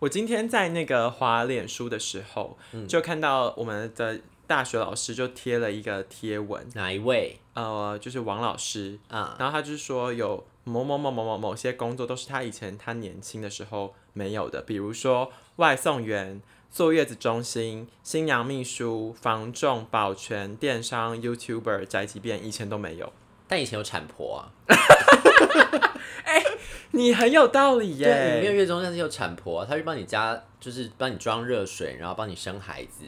我今天在那个滑脸书的时候，就看到我们的大学老师就贴了一个贴文，哪一位呃，就是王老师，啊？然后他就是说有某某某某某某些工作都是他以前他年轻的时候没有的，比如说外送员、坐月子中心、新娘秘书、房仲、保全、电商、YouTuber、宅急便，以前都没有。但以前有产婆啊， 你很有道理对，你没有耶，月中，但是有产婆、啊，她会帮你加，就是帮你装热水，然后帮你生孩子。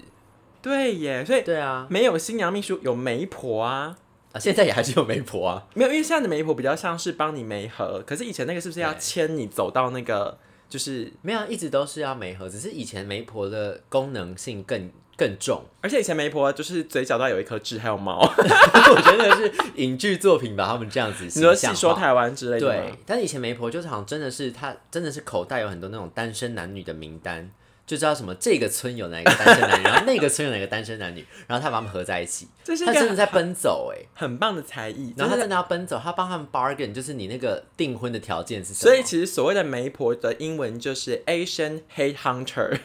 对耶，所以对啊，没有新娘秘书，有媒婆啊。啊，现在也还是有媒婆啊。没有，因为现在的媒婆比较像是帮你媒合，可是以前那个是不是要牵你走到那个就是？没有啊，一直都是要媒合，只是以前媒婆的功能性更更重，而且以前媒婆就是嘴角都要有一颗痣，还有毛。我觉得是影剧作品把他们这样子你说 形戏象说化。台湾之类的对吗？，但以前媒婆就是好像真的是她真的是口袋有很多那种单身男女的名单，就知道什么这个村有哪一个单身男女，然后那个村有哪个单身男女，然后她把他们合在一起，这是一她真个的在奔走哎、很棒的才艺。然后就她是真的要奔走，她帮他们 bargain，就是你那个订婚的条件是什么，所以其实所谓的媒婆的英文就是 Asian Hate Hunter，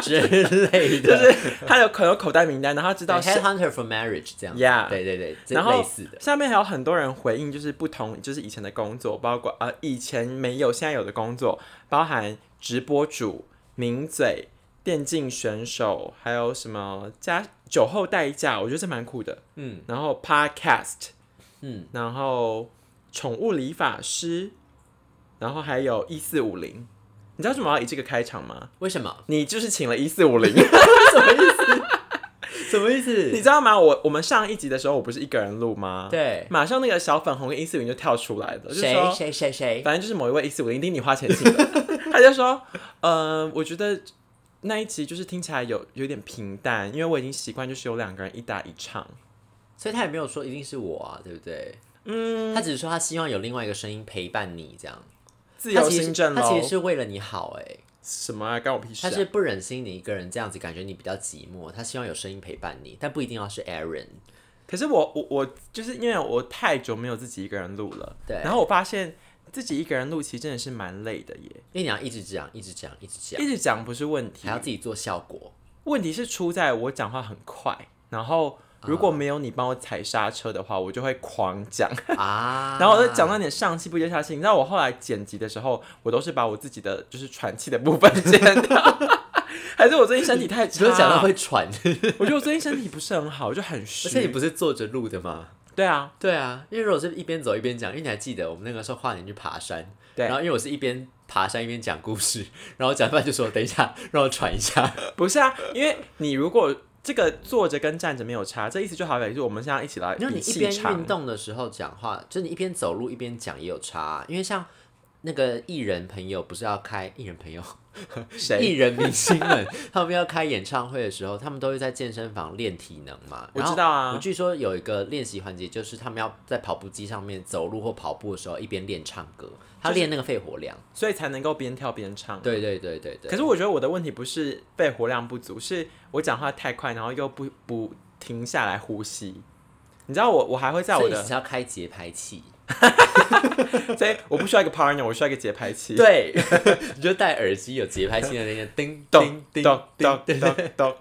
之类 就的，是他有可能有口袋名单，然后知道谁 head hunter for marriage 这样子 Yeah 对对对，这然后类似的，下面还有很多人回应，就是不同，就是以前的工作，包括呃以前没有，现在有的工作，包含直播主、名嘴、电竞选手，还有什么加酒后代驾，我觉得这蛮酷的。嗯，然后 podcast，嗯，然后宠物理发师，然后还有一四五零，你知道为什么要以这个开场吗？为 什么？你就是请了一四五零，什么意 你思？知道吗？我我们上一集的时候，我不是一个人录吗？。对，马上那个小粉红跟一四五零就跳出来了，就谁说谁谁谁？反正就是某一位一四五零，一定你花钱请 的，他就说，呃，我觉得那一集就是听起来有有点平淡，因为我已经习惯就是有两个人一打一唱，所以他也没有说一定是我啊，对不对？嗯，他只是说他希望有另外一个声音陪伴你这样。自由他其实新政他其实喽，是为了你好哎、什么啊，干我屁事、他啊？是不忍心你一个人这样子，感觉你比较寂寞。他希望有声音陪伴你，但不一定要是 Aaron。可是我我我就是因为我太久没有自己一个人录了，对然后我发现自己一个人录其实真的是蛮累的耶，因为你要一直讲，一直讲，一直讲，一直讲不是问题还，要自己做效果。问题是出在我讲话很快，然后如哦果没有你帮我踩刹车的话，我就会狂讲。啊，然后我就讲到你的上气不接下气，你知道我后来剪辑的时候，我都是把我自己的就是喘气的部分剪掉， 还是我最近身体太你差？不是讲到，会喘， 我觉得我最近身体不是很好，我就很而且你虚。不是坐着录的吗？对啊，对啊，因为如果是一边走一边讲，因为你还记得我们那个时候跨年去爬山，对然后因为我是一边爬山一边讲故事， 然后讲到一半就说等一下让我喘一下，不是啊，因为你如果这个坐着跟站着没有差，这意思就好比是我们现在一起来然后比你一气边场运。动的时候讲话，就是你一边走路一边讲也有差啊、因为像那个艺人朋友不是要开艺人朋友艺谁？人明 星们，他们要开演唱会的时候，他们都会在健身房练体能嘛。我然后知道啊我据说有一个练习环节，就是他们要在跑步机上面走路或跑步的时候，一边练唱歌，他就是嗯练那个肺活量。所以才能够边跳边唱。对对对对对。可是我觉得我的问题不是肺活量不足，是我讲话太快，然后又不不停下来呼吸。你知道我我还会在所我以的只，要开节拍器， 所以我不需要一个 partner，我需要一个节拍器。对， 你就戴耳机有节拍器的那个叮咚叮叮咚叮咚咚咚。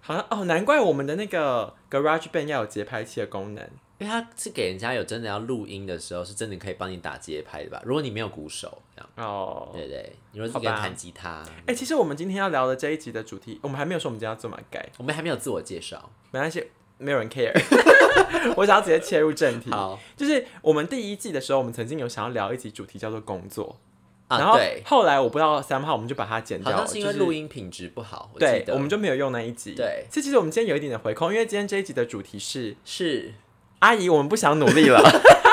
好像哦，难怪我们的那个 Garage Band 要有节拍器的功能。 因为它是给人家有真的要录音的时候，是真的可以帮你打节拍的吧？如果你没有鼓手，这样哦，对对，你如果好自己吧弹吉他，哎、其实我们今天要聊的这一集的主题，我们还没有说我们今天要做哪改，我们还没有自我介绍。没关系，没有人 care。我想要直接切入正题，好就是我们第一季的时候，我们曾经有想要聊一集主题叫做工作，然啊，后对，后来我不知道三号，我们就把它剪好掉了，像是因为就是录音品质不好，我记对，得我们就没有用那一集。对，所以其实我们今天有一点点回空，因为今天这一集的主题是是阿姨，我们不想努力了。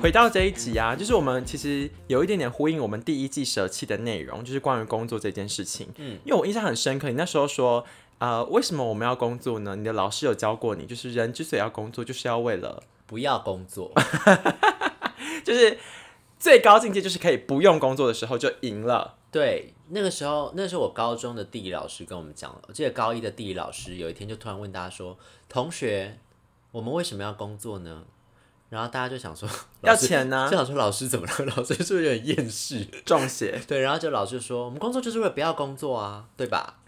回到这一集啊，就是我们其实有一点点呼应我们第一季舍弃的内容，就是关于工作这件事情。嗯嗯，因为我印象很深刻，你那时候说，呃，为什么我们要工作呢？你的老师有教过你，就是人之所以要工作，就是要为了不要工 作，就是最高境界就是可以不用工作的时候就赢了。对，那个时候，那时候我高中的地理老师跟我们讲，我记得高一的地理老师有一天就突然问大家说：“同学，我们为什么要工作呢？”然后大家就想说，要老师钱啊呢 就想说老师怎么了？老师是不是有点厌世？中邪，对，然后就老师说，我们工作就是为了不要工作啊，对吧？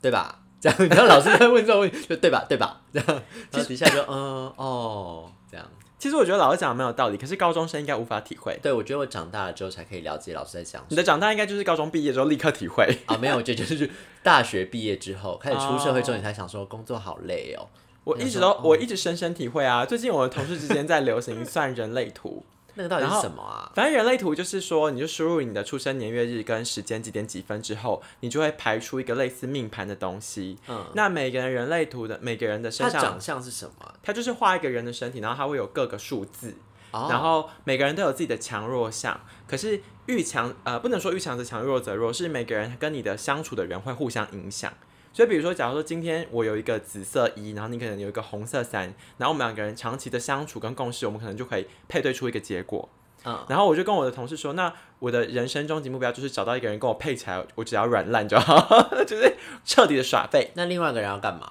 对吧？ 这样，然后老师在问这种问题，就对吧？对吧？ 这样，然后底下就嗯哦，这样。 其实我觉得老师讲的蛮有道理，可是高中生应该无法体会。对，我觉得我长大了之后才可以了解老师在讲你的长大应该就是高中毕业之后立刻体会。啊，没有，这就是大学毕业之后开始出社会之后，你才想说工作好累哦。我一直都，我一直深深体会啊。最近我的同事之间在流行 算人类图，那个到底然后是什么啊？反正人类图就是说，你就输入你的出生年月日跟时间几点几分之后，你就会排出一个类似命盘的东西。嗯，那每个人人类图的每个人的他身上，长相是什么？啊它就是画一个人的身体，然后它会有各个数字。哦，然后每个人都有自己的强弱项，可是遇强呃不能说遇强则强弱则弱，是每个人跟你的相处的人会互相影响。所以比如说，假如说今天我有一个紫色一，然后你可能有一个红色三，然后我们两个人长期的相处跟共事，我们可能就可以配对出一个结果。嗯，然后我就跟我的同事说，那我的人生终极目标就是找到一个人跟我配起来，我只要软烂就好， 就是彻底的耍废。那另外一个人要干嘛？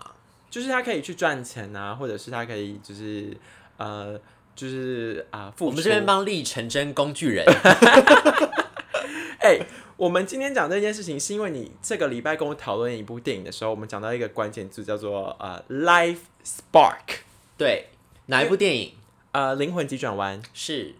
就是他可以去赚钱啊，或者是他可以就是呃就是啊、付出。我们这边帮立成真工具人。哎、我们今天讲这件事情，是因为你这个礼拜跟我讨论一部电影的时候，我们讲到一个关键字，叫做呃，life spark，对，哪一部电影呃，灵魂急转弯。是？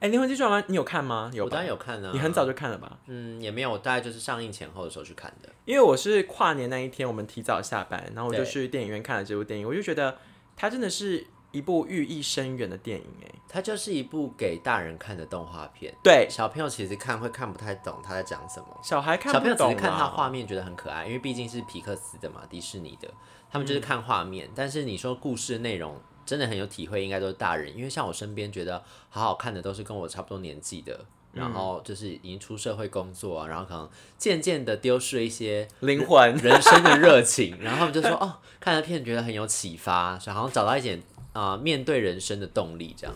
哎、灵魂急转弯你有看吗？有我当吧？ 然有看啊，你很早就看了吧？嗯，也没有，我大概就是上映前后的时候去看的。因为我是跨年那一天，我们提早下班，然后我就对去电影院看了这部电影，我就觉得它真的是一部寓意深远的电影、哎，它就是一部给大人看的动画片，对，小朋友其实看会看不太懂他在讲什么。小孩看小不朋友只懂、是啊，看他画面觉得很可爱，因为毕竟是皮克斯的嘛，迪士尼的，他们就是看画面。但是你说故事内容真的很有体会，应该都是大人，因为像我身边觉得好好看的都是跟我差不多年纪的。嗯然后就是已经出社会工作啊，然后可能渐渐的丢失了一些灵魂。人生的热 情，然后他们就说哦，看了片觉得很有启发，所以好像找到一点啊、呃面对人生的动力这样。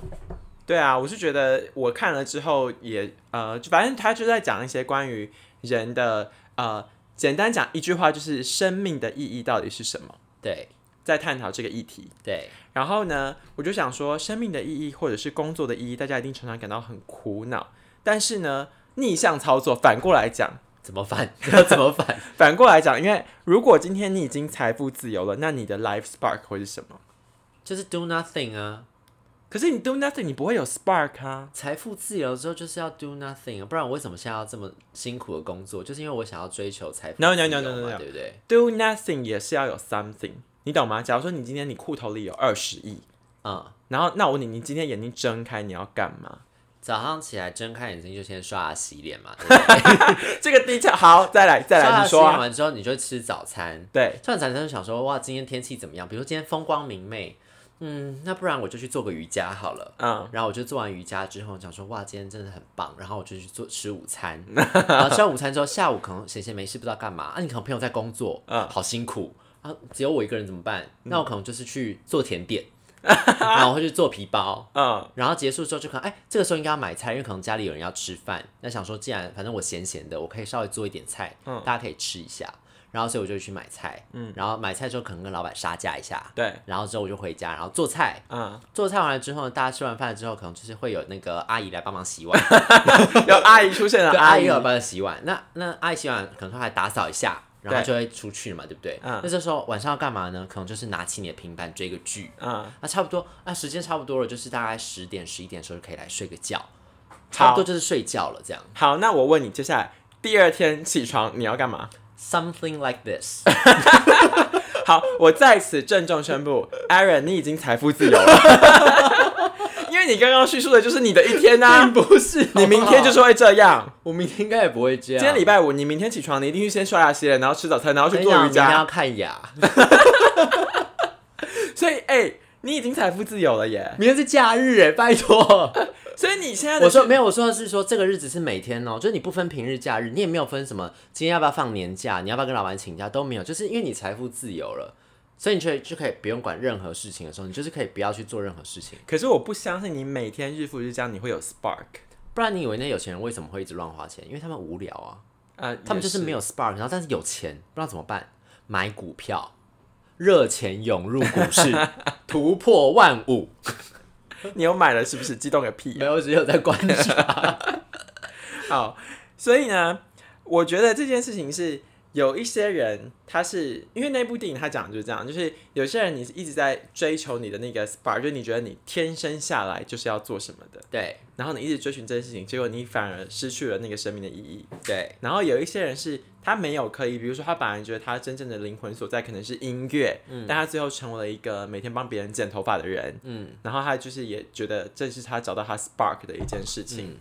对啊，我是觉得我看了之后也呃，就反正他就在讲一些关于人的呃，简单讲一句话就是生命的意义到底是什么，对在探讨这个议题。对，然后呢，我就想说，生命的意义或者是工作的意义，大家一定常常感到很苦恼。但是呢，逆向操作，反过来讲，怎么反？要 怎么反？反过来讲，因为如果今天你已经财富自由了，那你的 life spark 会是什么？就是 do nothing 啊！可是你 do nothing，你不会有 spark 啊。财富自由之后就是要 do nothing 啊，不然我为什么现在要这么辛苦的工作？就是因为我想要追求财富自 No, no, 由 no, 嘛 no, no, no. 对不对？ do nothing 也是要有 something，你懂吗？假如说你今天你裤头里有二十亿，嗯，然后那我问你，你今天眼睛睁开你要干嘛？早上起来睁开眼睛就先刷牙洗脸嘛，对不对这个低调，好，再来再刷来，牙你洗说脸啊、完之后你就吃早餐，对，吃完早餐就想说哇，今天天气怎么样？比如说今天风光明媚，嗯，那不然我就去做个瑜伽好了。嗯，然后我就做完瑜伽之后，想说哇，今天真的很棒。然后我就去做吃午餐，然后吃完午餐之后，下午可能闲闲没事不知道干嘛啊，你可能朋友在工作，嗯好辛苦啊，只有我一个人怎么办？那我可能就是去做甜点，然后会去做皮包。嗯，然后结束之后就可能，哎，这个时候应该要买菜，因为可能家里有人要吃饭。那想说，既然反正我闲闲的，我可以稍微做一点菜，大家可以吃一下。然后所以我就去买菜，嗯，然后买菜之后可能跟老板杀价一下，对，然后之后我就回家，然后做菜，嗯，做菜完了之后，大家吃完饭了之后，可能就是会有那个阿姨来帮忙洗 碗，有阿姨出现了，对，阿阿姨姨 有帮忙洗碗。那那阿姨洗碗可能还打扫一下，然后对就会出去嘛，对不对？嗯那这时候晚上要干嘛呢？可能就是拿起你的平板追个剧。嗯，那差不多，那时间差不多了，就是大概十点、十一点的时候就可以来睡个觉，差不好多，就是睡觉了，这样。好，那我问你，接下来第二天起床你要干嘛？ Something like this，好，我在此郑重宣布，Aaron，你已经财富自由了。 因为你刚刚叙述的就是你的一天呐、并不是你明天就是会这样。我明天应该也不会这样。今天礼拜五，你明天起床，你一定去先刷牙洗脸，然后吃早餐，然后我去做瑜哎明天伽。要看牙，所以，哎、你已经财富自由了耶！明天是假日哎，拜托。所以你现在的我说没有，我说的是说这个日子是每天哦，就是你不分平日假日，你也没有分什么今天要不要放年假，你要不要跟老板请假都没有，就是因为你财富自由了，所以你就就可以不用管任何事情的时候，你就是可以不要去做任何事情。可是我不相信你每天日复一日这样，你会有 spark。不然你以为那有钱人为什么会一直乱花钱？因为他们无聊啊。啊，他们就是也没有 spark，然后但是有钱，不知道怎么办，买股票，热钱涌入股市，突破万五，是你有买了是不是？激动个屁！没有只有在观察，好，所以呢，我觉得这件事情是有一些人，他是因为那部电影他讲的就是这样，就是有些人你是一直在追求你的那个 spark，就是你觉得你天生下来就是要做什么的，对然后你一直追寻这件事情，结果你反而失去了那个生命的意义。对然后有一些人是他没有刻意，比如说他本来觉得他真正的灵魂所在可能是音乐，但他最后成为了一个每天帮别人剪头发的人，嗯，然后他就是也觉得这是他找到他 spark 的一件事情，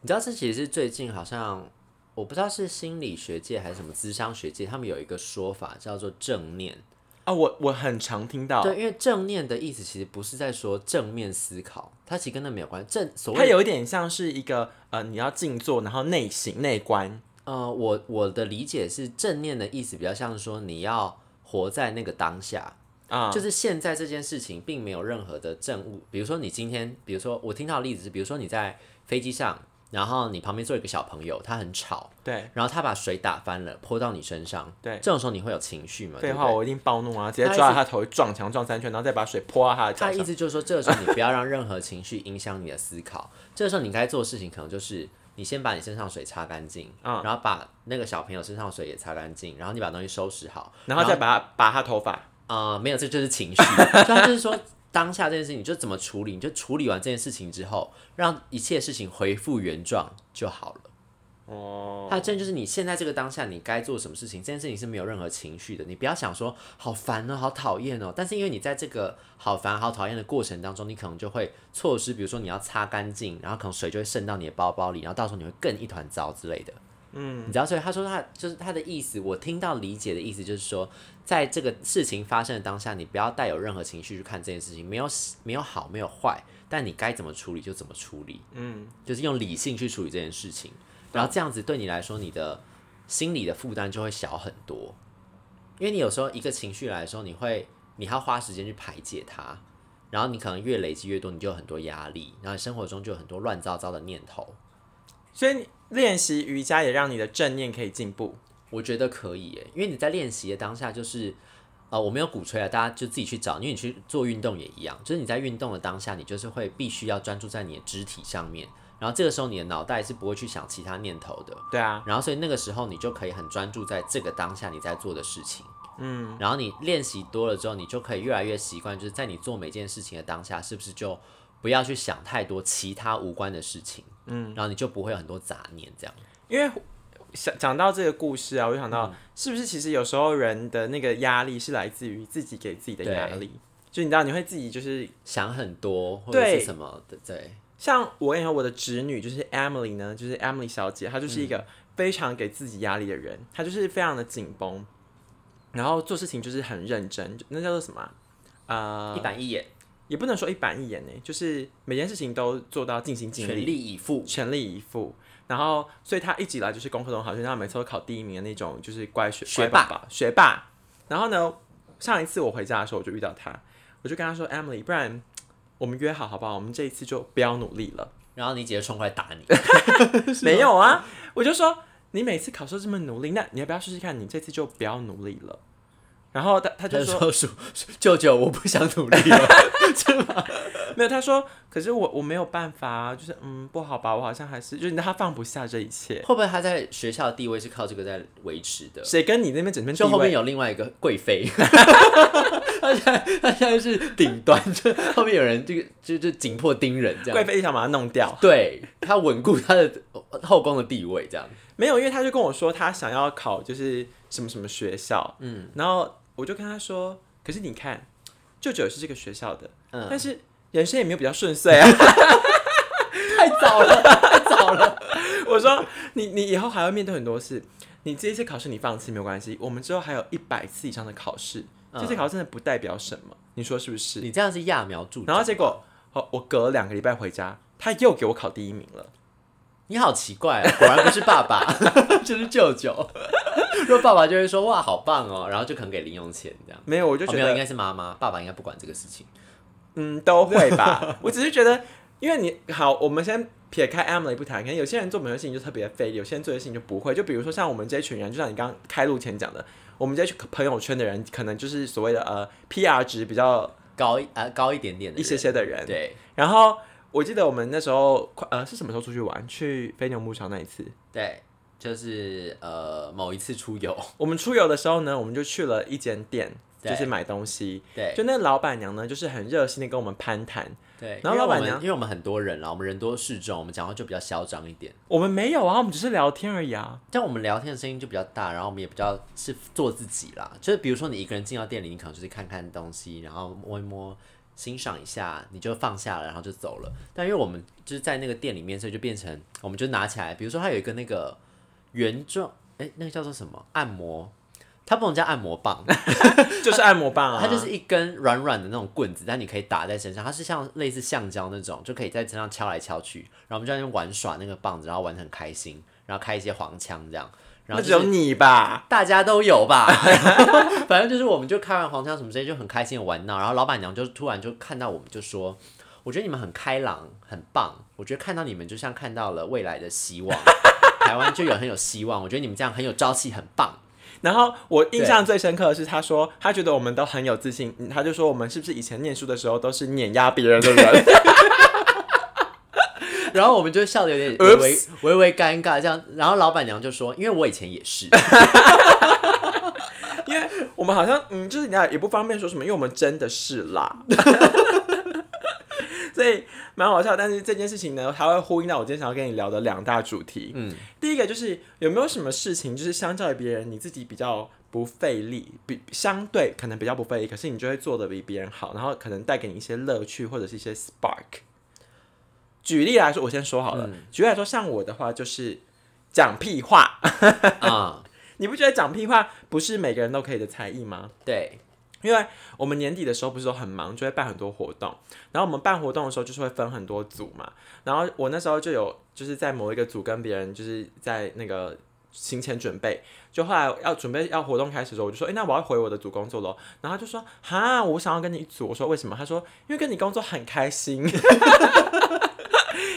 你知道这其实是最近好像我不知道是心理学界还是什么咨商学界，他们有一个说法叫做正念。啊，我我很常听到，对，因为正念的意思其实不是在说正面思考，它其实跟那没有关系。正所它谓有一点像是一个呃，你要静坐，然后内省内观，呃，我我的理解是正念的意思比较像是说你要活在那个当下啊就是现在这件事情并没有任何的正物。比如说你今天，比如说我听到的例子是，比如说你在飞机上，然后你旁边坐一个小朋友，他很吵，对，然后他把水打翻了，泼到你身上，对这种时候你会有情绪吗？废对不话对我一定暴怒啊，直接他一抓着直他头撞墙撞三圈，然后再把水泼到他的他脚的意上。思就是说，这个时候你不要让任何情绪影响你的思考。 这个时候你该做的事情可能就是，你先把你身上水擦干净，嗯然后把那个小朋友身上水也擦干净，然后你把东西收拾好，然后再把他拔他头发，啊、没有，这就是情绪。 所以他就是说，当下这件事情你就怎么处理，你就处理完这件事情之后，让一切事情恢复原状就好了。哦，它真的就是你现在这个当下，你该做什么事情，这件事情是没有任何情绪的。你不要想说好烦哦，好讨厌哦。但是因为你在这个好烦、好讨厌的过程当中，你可能就会错失，比如说你要擦干净，然后可能水就会渗到你的包包里，然后到时候你会更一团糟之类的。嗯，你知道，所以他说他就是他的意思，我听到理解的意思就是说，在这个事情发生的当下，你不要带有任何情绪去看这件事情，没有没有好，没有坏，但你该怎么处理就怎么处理。嗯，就是用理性去处理这件事情。然后这样子对你来说，你的心理的负担就会小很多，因为你有时候一个情绪来的时候，你会你还要花时间去排解它，然后你可能越累积越多，你就有很多压力，然后你生活中就有很多乱糟糟的念头。所以你练习瑜伽也让你的正念可以进步。我觉得可以耶，因为你在练习的当下就是。呃，我没有鼓吹啊，大家就自己去找，因为你去做运动也一样，就是你在运动的当下，你就是会必须要专注在你的肢体上面，然后这个时候你的脑袋是不会去想其他念头的，对啊，然后所以那个时候你就可以很专注在这个当下你在做的事情，嗯，然后你练习多了之后，你就可以越来越习惯，就是在你做每件事情的当下，是不是就不要去想太多其他无关的事情，嗯，然后你就不会有很多杂念这样，因为想讲到这个故事啊，我就想到、是不是其实有时候人的那个压力是来自于自己给自己的压力，就你知道你会自己就是想很多或者对是什么的，对，像我跟你说，我的侄女就是 Emily 呢，就是 Emily 小姐，她就是一个非常给自己压力的人，她就是非常的紧绷，然后做事情就是很认真，那叫做什么啊、一板一眼，也不能说一板一眼呢，就是每件事情都做到尽心尽全力，力以赴，全力以赴。然后，所以她一直以来就是功课都很好，就是她每次都考第一名的那种，就是乖学学乖宝宝学霸。然后呢，上一次我回家的时候，我就遇到她，我就跟她说：“Emily，不然我们约好好不好？我们这一次就不要努力了。”然后你姐就冲过来打你，没有啊，嗯我就说你每次考试这么努力，那你要不要试试看？你这次就不要努力了。然后他他她就就说说叔舅舅我不想努力了，没有，他说可是我我没有办法啊，就是嗯不好吧，我好像还是就是你知道他放不下这一切。 会不会她在学校的地位是靠这个在维持的？谁跟你那边整天就后面有有另外一个贵 妃，他现在他现在是顶端，就后面有人就就就紧迫盯人这贵样，妃就想把他弄掉？对他稳固他的后宫的地位这样。没有，因为他就跟我说他想要考就是什么什么学校，嗯，然后我就跟他说，可是你看舅舅也是这个学校的，嗯但是人生也没有比较顺遂啊。太早了，太早了。我说 你你以后还会面对很多事，你这一次考试你放弃没有关系，我们之后还有一百次以上的考试，这次考试真的不代表什么，你说是不是？ 嗯你这样是揠苗助然后长，结果，哦，我隔两个礼拜回家，他又给我考第一名了。你好奇怪、啊，果然不是爸爸， 就是舅舅。 如果爸爸就会说哇好棒哦，然后就可能给零用钱这样。没有，我我就觉哦没有，得，应该是妈妈，爸爸应该不管这个事情。 嗯，都会吧。我只是觉得，因为你好，我们先撇开 Emily 不谈，可能有些人做某些事情就特别废，有些人做的事情就不会。就比如说像我们这一群人，就像你刚刚开录前讲的，我们这群朋友圈的人，可能就是所谓的呃 PR 值比较高一呃高一点点的一些人些的人。对然后我记得我们那时候快呃是什么时候出去玩？去飞牛牧场那一次。对，就是呃某一次出游，我们出游的时候呢，我们就去了一间店，对就是买东西。对就那老板娘呢，就是很热心的跟我们攀谈。对，然后因为老我板们娘因为我们很多人啦，我们人多势众，我们讲话就比较嚣张一点，我们没有啊，我们只是聊天而已啊。但我们聊天的声音就比较大，然后我们也比较是做自己啦，就是比如说你一个人进到店里，你可能就是看看东西，然后摸一摸。欣赏一下，你就放下了，然后就走了。但因为我们就是在那个店里面，所以就变成我们就拿起来，比如说它有一个那个圆状，哎、那个叫做什么按摩，它不能叫按摩棒，啊就是按摩棒啊，它就是一根软软的那种棍子，但你可以打在身上，它是像类似橡胶那种，就可以在身上敲来敲去。然后我们就在那边玩耍那个棒子，然后玩得很开心，然后开一些黄腔这样。然后那只就有是你吧？大家都有吧，反正就是我们就开完黄腔什么之类就很开心的玩闹，然后老板娘就突然就看到我们就说，我觉得你们很开朗，很棒，我觉得看到你们就像看到了未来的希望，台湾就有很有希望，我觉得你们这样很有朝气，很棒。然后我印象最深刻的是，他说他觉得我们都很有自信，嗯他就说我们是不是以前念书的时候都是碾压别人的人？然后我们就笑的有点微微微微尴尬这样，然后老板娘就说：“因为我以前也是，因为 我们好像嗯，就是你知道也不方便说什么，因为我们真的是啦。 所以蛮好笑，但是这件事情呢，它会呼应到我今天想要跟你聊的两大主题。嗯，第一个就是有没有什么事情，就是相较于别人，你自己比较不费力，比相对可能比较不费力，可是你就会做的比别人好，然后可能带给你一些乐趣或者是一些 spark。举例来说，我先说好了。举例来说，像我的话就是讲屁话，啊、你不觉得讲屁话不是每个人都可以的才艺吗？对，因为我们年底的时候不是都很忙，就会办很多活动。然后我们办活动的时候，就是会分很多组嘛。然后我那时候就有就是在某一个组跟别人就是在那个行前准备，就后来要准备要活动开始的时候，我就说，哎、那我要回我的组工作咯。然后他就说，哈，我想要跟你一组。我说为什么？他说，因为跟你工作很开心。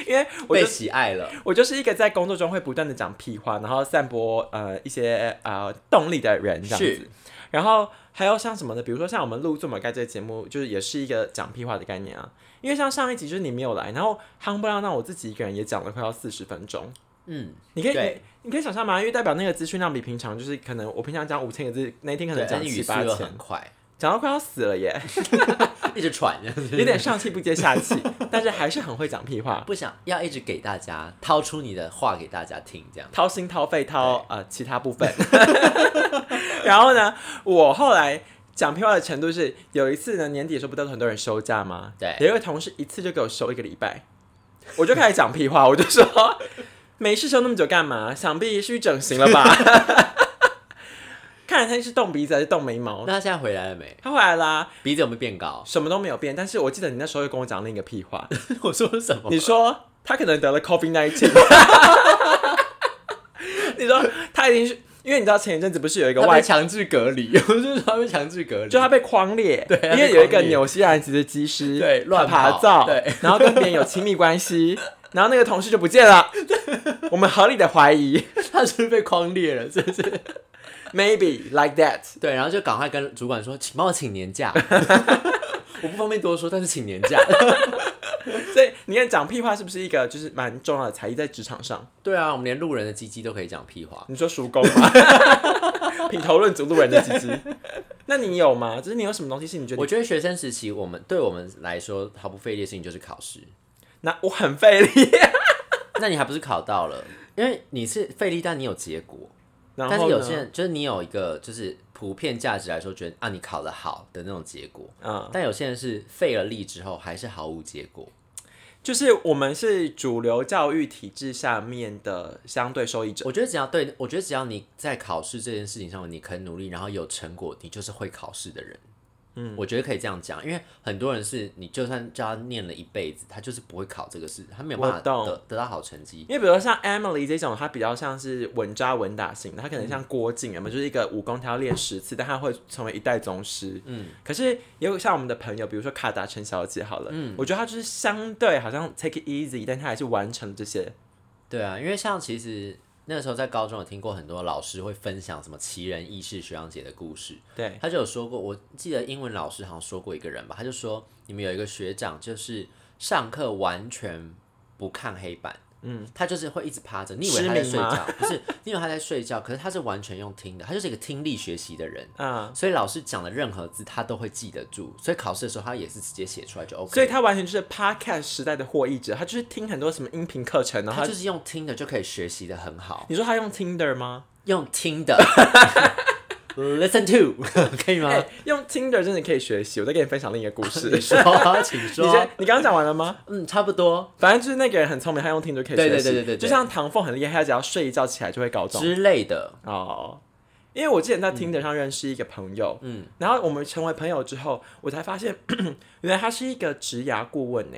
因为我就被喜爱了， 我就是一个在工作中会不断的讲屁话，然后散播呃一些呃动力的人这样子是。然后还有像什么的，比如说像我们录《做马盖》这个节目，就是也是一个讲屁话的概念啊。因为像上一集就是你没有来，然后夯不啷当我自己一个人也讲了快要四十分钟。嗯，你可以对你你可以想象吗？因为代表那个资讯量比平常就是可能我平常讲五千个字，那一天可对，能讲但是七语速八又千，很快，讲到快要死了耶，一直喘，就是有点上气不接下气， 但是还是很会讲屁话。不想要一直给大家掏出你的话给大家听，这样掏心掏肺掏呃其他部分。 然后呢，我后来讲屁话的程度是，有一次呢年底的时候不都很多人休假吗？对有一个同事一次就给我休一个礼拜，我就开始讲屁话， 我就说没事休那么久干嘛？想必是去整形了吧？ 看来他是动鼻子还是动眉毛？哦那他现在回来了没？他回来啦、鼻子有没有变高？什么都没有变。但是我记得你那时候又跟我讲另一个屁话， 我说了什么？你说他可能得了 COVID nineteen，你说他已经是因为你知道前一阵子不是有一个他外被，强制隔离， 我就说他被强制隔离，就他被框列，对他被因为有一个框列纽西兰籍的机师对乱爬跑照，对，然后跟别人有亲密关 系，然后那个同事就不见了，我们合理的怀疑他是不是被框裂了，是不是？ ，maybe like that，对，然后就赶快跟主管说，请帮我请年 假，我不方便多说，但是请年假。 所以你看讲屁话是不是一个就是蛮重要的才艺在职场上？对啊，我们连路人的鸡鸡都可以讲屁话。你说熟工 吗？品头论足路人的鸡鸡，那你有吗？就是你有什么东西是你觉得我你觉得学生时期，我们对我们来说毫不费力的事情就是考试。那我很费力，那你还不是考到了？因为你是费力，但你有结果。然后但是有呢些人就是你有一个就是普遍价值来说，觉得啊你考得好的那种结果。嗯，但有些人是费了力之后还是毫无结果。就是我们是主流教育体制下面的相对受益者。我觉得只要对我觉得只要你在考试这件事情上你肯努力，然后有成果，你就是会考试的人。嗯，我觉得可以这样讲，因为很多人是你就算叫他念了一辈子，他就是不会考这个试，他没有办法我懂得得到好成绩。因为比如说像 Emily 这种，她比较像是稳扎稳打型的，她可嗯能像郭靖，有没有就是一个武功她要练十次，但她会成为一代宗师。嗯，可是也有像我们的朋友，比如说卡达陈小姐好了，嗯，我觉得她就是相对好像 take it easy，但她还是完成了这些。对啊，因为像其实那时候在高中有听过很多老师会分享什么奇人异事学长姐的故事，对，他就有说过，我记得英文老师好像说过一个人吧，他就说你们有一个学长就是上课完全不看黑板。嗯，他就是会一直趴着，你以为他在失睡明吗觉？不是，你以为他在睡觉，可是他是完全用听的，他就是一个听力学习的人，嗯，所以老师讲的任何字他都会记得住，所以考试的时候他也是直接写出来就 OK。所以她完全就是 podcast 时代的获益者，她就是听很多什么音频课程，然后他她就是用听的就可以学习的很好，你说她用 Tinder 吗？用 听的，listen to，可 以吗？哎用 Tinder 真的可以学习，我再给你分享另一个故事。你说，请你先说，，你刚刚讲完了吗？嗯，差不多反正就是那个人很聪明，他用听就可以学习。对对对对对对就像唐凤很厉害，他只要睡一觉起来就会搞懂。之类的，哦，因为我之前在听 i 上认识一个朋友，嗯，然后我们成为朋友之后，我才发现 原来他是一个职涯顾问呢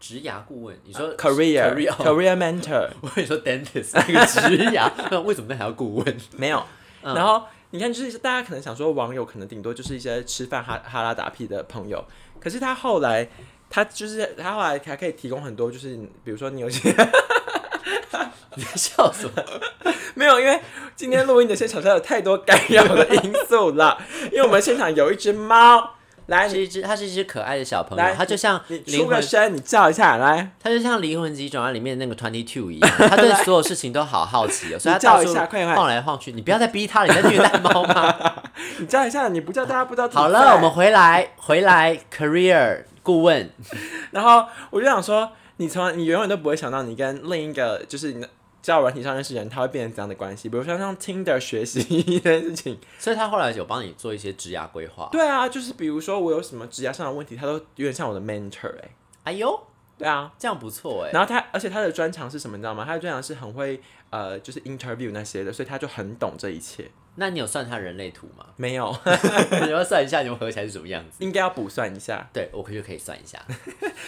职涯顾问，你说，career 呃 career，哦 career mentor 我跟你说 dentist 那个职涯， 那为什么那还要顾问？没有。嗯然后你看，就是大家可能想说网友可能顶多就是一些吃饭哈哈拉打屁的朋友，可是他后来。他就是他后来还可以提供很多，就是比如说你有些你在笑什么？ 没有，因为今天录音的现场实在有太多干扰的因素了。 因为我们现场有一只猫，来，是你一只，它是一只可爱的小朋来友，它就像你灵出个魂，声，你叫一下来，它就像《灵魂急转弯》里面那个 Twenty Two 一样， 它对所有事情都好好奇哦，所以它叫到一处下快快晃来晃去。你不要再逼它了，你在虐待猫 吗？你叫一下，你不叫大家不知道怎么好办了，我们回来，回来，career 顾问，然后我就想说，你从来你永远都不会想到，你跟另一个就是你的交友软体上认识的人，他会变成怎样的关系？比如说像 Tinder 学习一件事情，所以他后来有帮你做一些职涯规划。对啊，就是比如说我有什么职业上的问题，他都有点像我的 mentor 哎、哎呦，对啊。这样不错哎，然后他，而且他的专长是什么，你知道吗？他的专长是很会呃，就是 interview 那些的，所以他就很懂这一切。那你有算他人类图吗？ 没有，你要算一下你们合起来是什么样子？应该要补算一下。对，我可就可以算一下。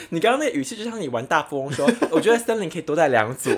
你刚刚那个语气就像你玩大富翁 说，我觉得森林可以多带两组。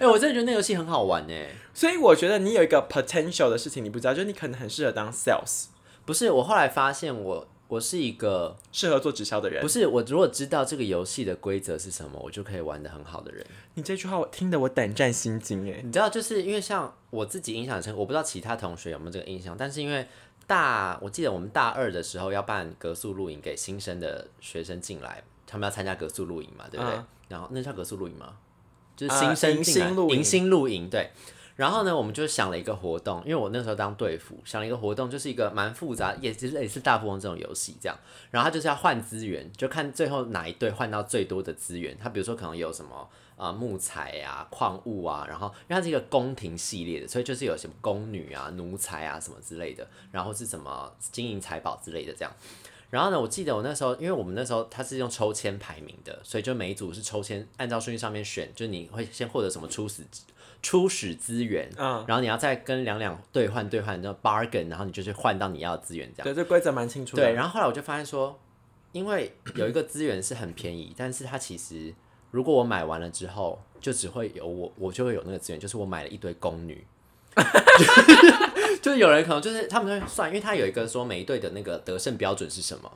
哎、我真的觉得那游戏很好玩哎呢。所以我觉得你有一个 potential 的事情，你不知道，就是你可能很适合当 sales，不是，我后来发现我我是一个适合做直销的人不。是我如果知道这个游戏的规则是什么，我就可以玩的很好的人。你这句话我听得我胆战心惊哎。你知道，就是因为像我自己印象很深，我不知道其他同学有没有这个印象，但是因为大，我记得我们大二的时候要办格宿露营给新生的学生进来，他们要参加格宿露营嘛，对不对？嗯然后那叫格宿露营吗？就是呃新生迎进来，新露营迎新露营对。然后呢，我们就想了一个活动，因为我那时候当队服，想了一个活动，就是一个蛮复杂，也是类似大富翁这种游戏这样。然后他就是要换资源，就看最后哪一队换到最多的资源。他比如说可能有什么啊木材啊、矿物啊，然后因为它是一个宫廷系列的，所以就是有什么宫女啊、奴才啊什么之类的，然后是什么金银财宝之类的这样。然后呢，我记得我那时候，因为我们那时候它是用抽签排名的，所以就每一组是抽签，按照顺序上面选，就是你会先获得什么初始初始资源，嗯，然后你要再跟两两兑换兑换，然后 bargain，然后你就是换到你要的资源这样。对，这规则蛮清楚的。对，然后后来我就发现说，因为有一个资源是很便宜，但是它其实如果我买完了之后，就只会有我，我就会有那个资源，就是我买了一堆宫女。 就是有人可能就是他们会算，因为他有一个说每一队的那个得胜标准是什么，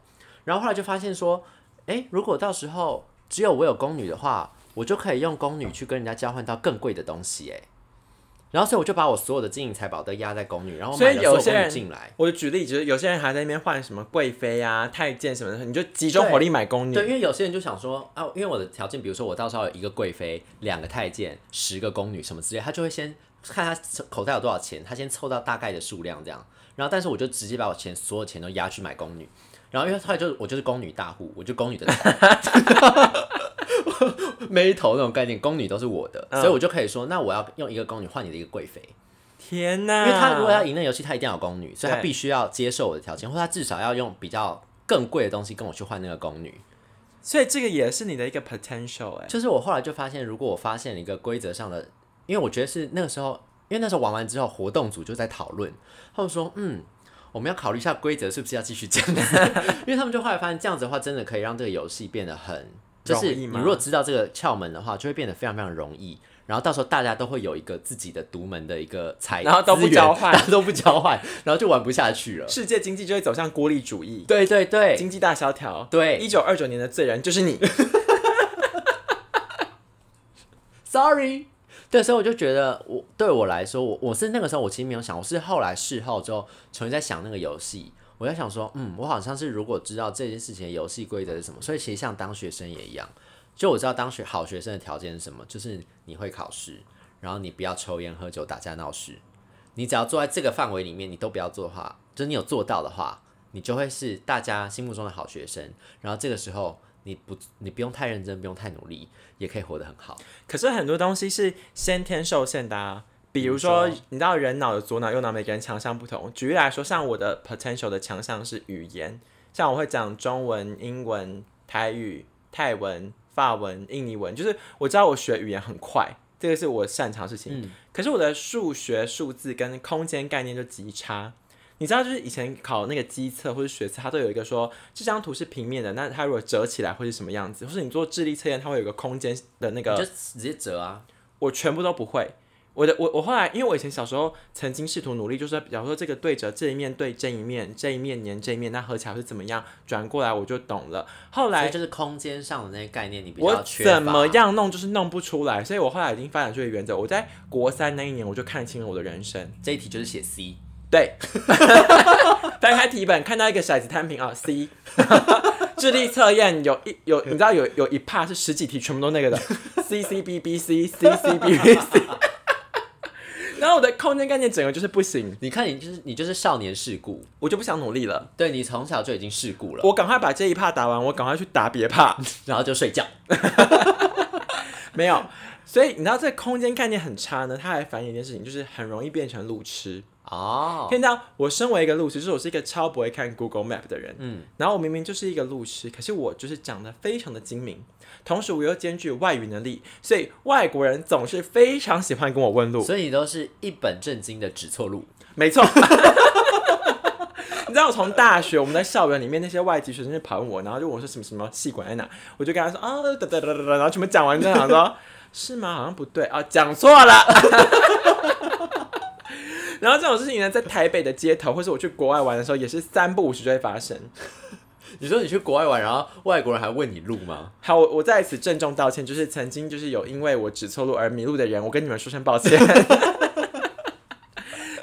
然后后来就发现说，诶，如果到时候只有我有宫女的话，我就可以用宫女去跟人家交换到更贵的东西，诶，然后所以我就把我所有的金银财宝都压在宫女，然后我所买以了有所些宫女人进来。我就举例，就是有些人还在那边换什么贵妃啊、太监什么的，你就集中火力买宫女。对，因为有些人就想说啊，因为我的条件，比如说我到时候有一个贵妃、两个太监、十个宫女什么之类，他就会先看他口袋有多少钱，他先凑到大概的数量这样。然后，但是我就直接把我钱所有钱都压去买宫女，然后因为后来就我就是宫女大户，我就宫女的头， 眉头那种概念，宫女都是我的，所以我就可以说，那我要用一个宫女换你的一个贵妃，天哪！因为他如果要赢那游戏，他一定要有宫女，所以他嗯对必须要接受我的条件，或他至少要用比较更贵的东西跟我去换那个宫女。所以这个也是你的一个 potential 哎、就是我后来就发现，如果我发现了一个规则上的，因为我觉得是那个时候，因为那时候玩完之后，活动组就在讨论，他们说，嗯，我们要考虑一下规则是不是要继续这样 子，因为他们就后来发现这样子的话，真的可以让这个游戏变得很，就是容易你吗如果知道这个窍门的话，就会变得非常非常容易。然后到时候大家都会有一个自己的独门的一个才，然后都不资源交换大家都不交换，然后就玩不下去了。世界经济就会走向孤立主义，对对对，经济大萧条。对一九二九年的罪人就是你。 Sorry。对，所以我就觉得我对我来说，我我是那个时候我其实没有想，我是后来事后之后重新在想那个游戏，我在想说，嗯，我好像是如果知道这件事情的游戏规则是什么，所以其实像当学生也一样，就我知道当学好学生的条件是什么，就是你会考试，然后你不要抽烟、喝酒、打架、闹事，你只要坐在这个范围里面，你都不要做的话，就是你有做到的话，你就会是大家心目中的好学生，然后这个时候你不你不用太认真，不用太努力，也可以活得很好。可是很多东西是先天受限的、啊，比如说比如你知道人脑的左脑右脑每个人强项不同。举例来说，像我的 potential 的强项是语言，像我会讲中文、英文、台语、泰文、法文、印尼文，就是我知道我学语言很快，这个是我擅长的事情。嗯可是我的数学、数字跟空间概念就极差。你知道，就是以前考那个机测或者学测，它都有一个说这张图是平面的，那它如果折起来会是什么样子？或是你做智力测验，它会有一个空间的那个你就直接折啊。我全部都不会。我的我我后来，因为我以前小时候曾经试图努力，就是比方说这个对折这一面对这一面，这一面粘这一面，那合起来是怎么样？转过来我就懂了。后所以来就是空间上的那些概念，你比较我缺乏。怎么样弄就是弄不出来，所以我后来已经发展出一个原则。我在国三那一年我就看清了我的人生，这一题就是写 C，对， 翻开题本看到一个骰子摊平啊，C，智力测验有一有你知道有有一 part 是十几题全部都那个的，C C B B C C C B B C，然后我的空间概念整个就是不行，你看你就是你就是少年事故，我就不想努力了，对你从小就已经事故了，我赶快把这一 part 打完，我赶快去打别 part，然后就睡觉。没有，所以你知道这空间概念很差呢，它还反映一件事情，就是很容易变成路痴。哦，天哪！我身为一个路痴，就是我是一个超不会看 Google Map 的人，嗯，然后我明明就是一个路痴，可是我就是长得非常的精明，同时我又兼具外语能力，所以外国人总是非常喜欢跟我问路。所以你都是一本正经的指错路。没错， 你知道我从大学我们在校园里面那些外籍学生就跑问我，然后就问我说什么什么系馆在哪，我就跟他说啊哒哒哒哒哒，然后全部讲完就想说 是吗？好像不对啊，讲错了。 然后这种事情呢，在台北的街头，或是我去国外玩的时候，也是三不五时就会发生。你说你去国外玩，然后外国人还问你路吗？好，我我在此郑重道歉，就是曾经就是有因为我指错路而迷路的人，我跟你们说声抱歉。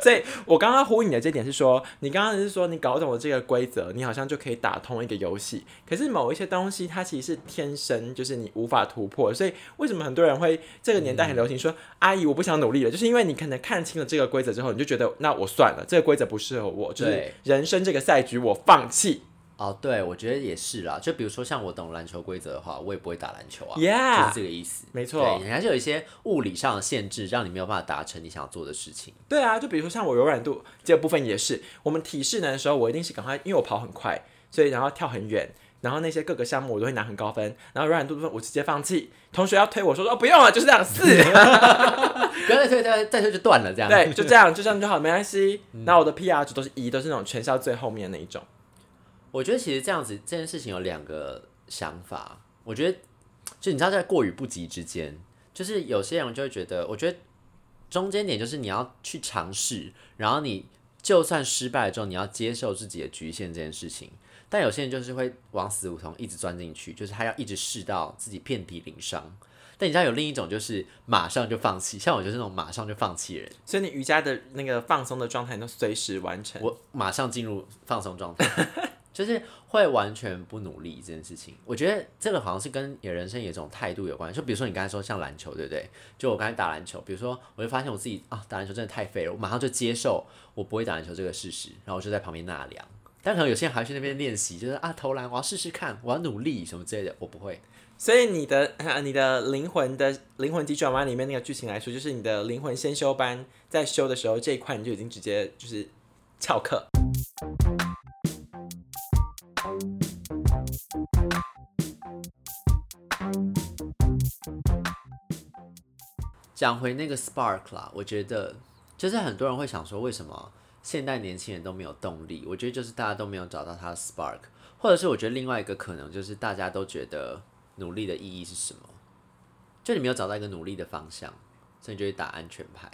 所以，我刚刚呼应你的这点是说，你刚刚是说你搞懂了这个规则，你好像就可以打通一个游戏。可是某一些东西它其实是天生，就是你无法突破。所以为什么很多人会这个年代很流行嗯说、阿姨我不想努力了，就是因为你可能看清了这个规则之后，你就觉得那我算了，这个规则不适合我，就是对人生这个赛局我放弃。哦，对，我觉得也是啦。就比如说像我懂篮球规则的话，我也不会打篮球啊 Yeah 就是这个意思。没错对人家就有一些物理上的限制，让你没有办法达成你想要做的事情。对啊，就比如说像我柔软度这个部分也是，我们体适能的时候，我一定是赶快，因为我跑很快，所以然后跳很远，然后那些各个项目我都会拿很高分，然后柔软度部分我直接放弃。同学要推我说说、哦、不用了，就是这样 四，不要再推，再再推就断了这样。对，就这样，就这样就好，没关系。然后我的 PR 值都是一，都是那种全校最后面的那一种。我觉得其实这样子这件事情有两个想法，我觉得就你知道在过与不及之间，就是有些人就会觉得，我觉得中间点就是你要去尝试，然后你就算失败了之后，你要接受自己的局限这件事情。但有些人就是会往死胡同一直钻进去，就是他要一直试到自己遍体鳞伤。但你知道有另一种就是马上就放弃，像我就是那种马上就放弃的人。所以你瑜伽的那个放松的状态，你都随时完成。我马上进入放松状 态，就是会完全不努力这件事情。我觉得这个好像是跟你的人生有一种态度有关。就比如说你刚才说像篮球，对不对？就我刚才打篮球，比如说我就发现我自己啊，打篮球真的太废了，我马上就接受我不会打篮球这个事实，然后我就在旁边纳凉。但可能有些人还去那边练习，就是啊投篮，我要试试看，我要努力什么之类的。我不会，所以你的、呃你的灵魂的呃灵魂急转弯里面那个剧情来说，就是你的灵魂先修班，在修的时候这一块你就已经直接就是翘课。讲回那个 spark 啦，我觉得就是很多人会想说，为什么现代年轻人都没有动力，我觉得就是大家都没有找到他的 spark，或者是我觉得另外一个可能就是大家都觉得努力的意义是什么，就你没有找到一个努力的方向，所以你就会打安全牌。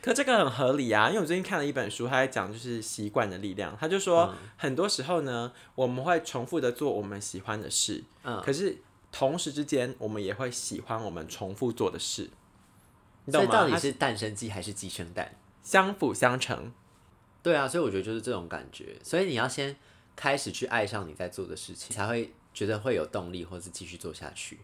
可这个很合理啊，因为我最近看了一本书，他在讲就是习惯的力量。他就说，很多时候呢，我们会重复的做我们喜欢的事，嗯，可是同时之间，我们也会喜欢我们重复做的事，你所懂以吗？到底它是蛋生鸡还是鸡生蛋？相辅相成。对啊，所以我觉得就是这种感觉。所以你要先开始去爱上你在做的事情，才会觉得会有动力，或是继续做下去。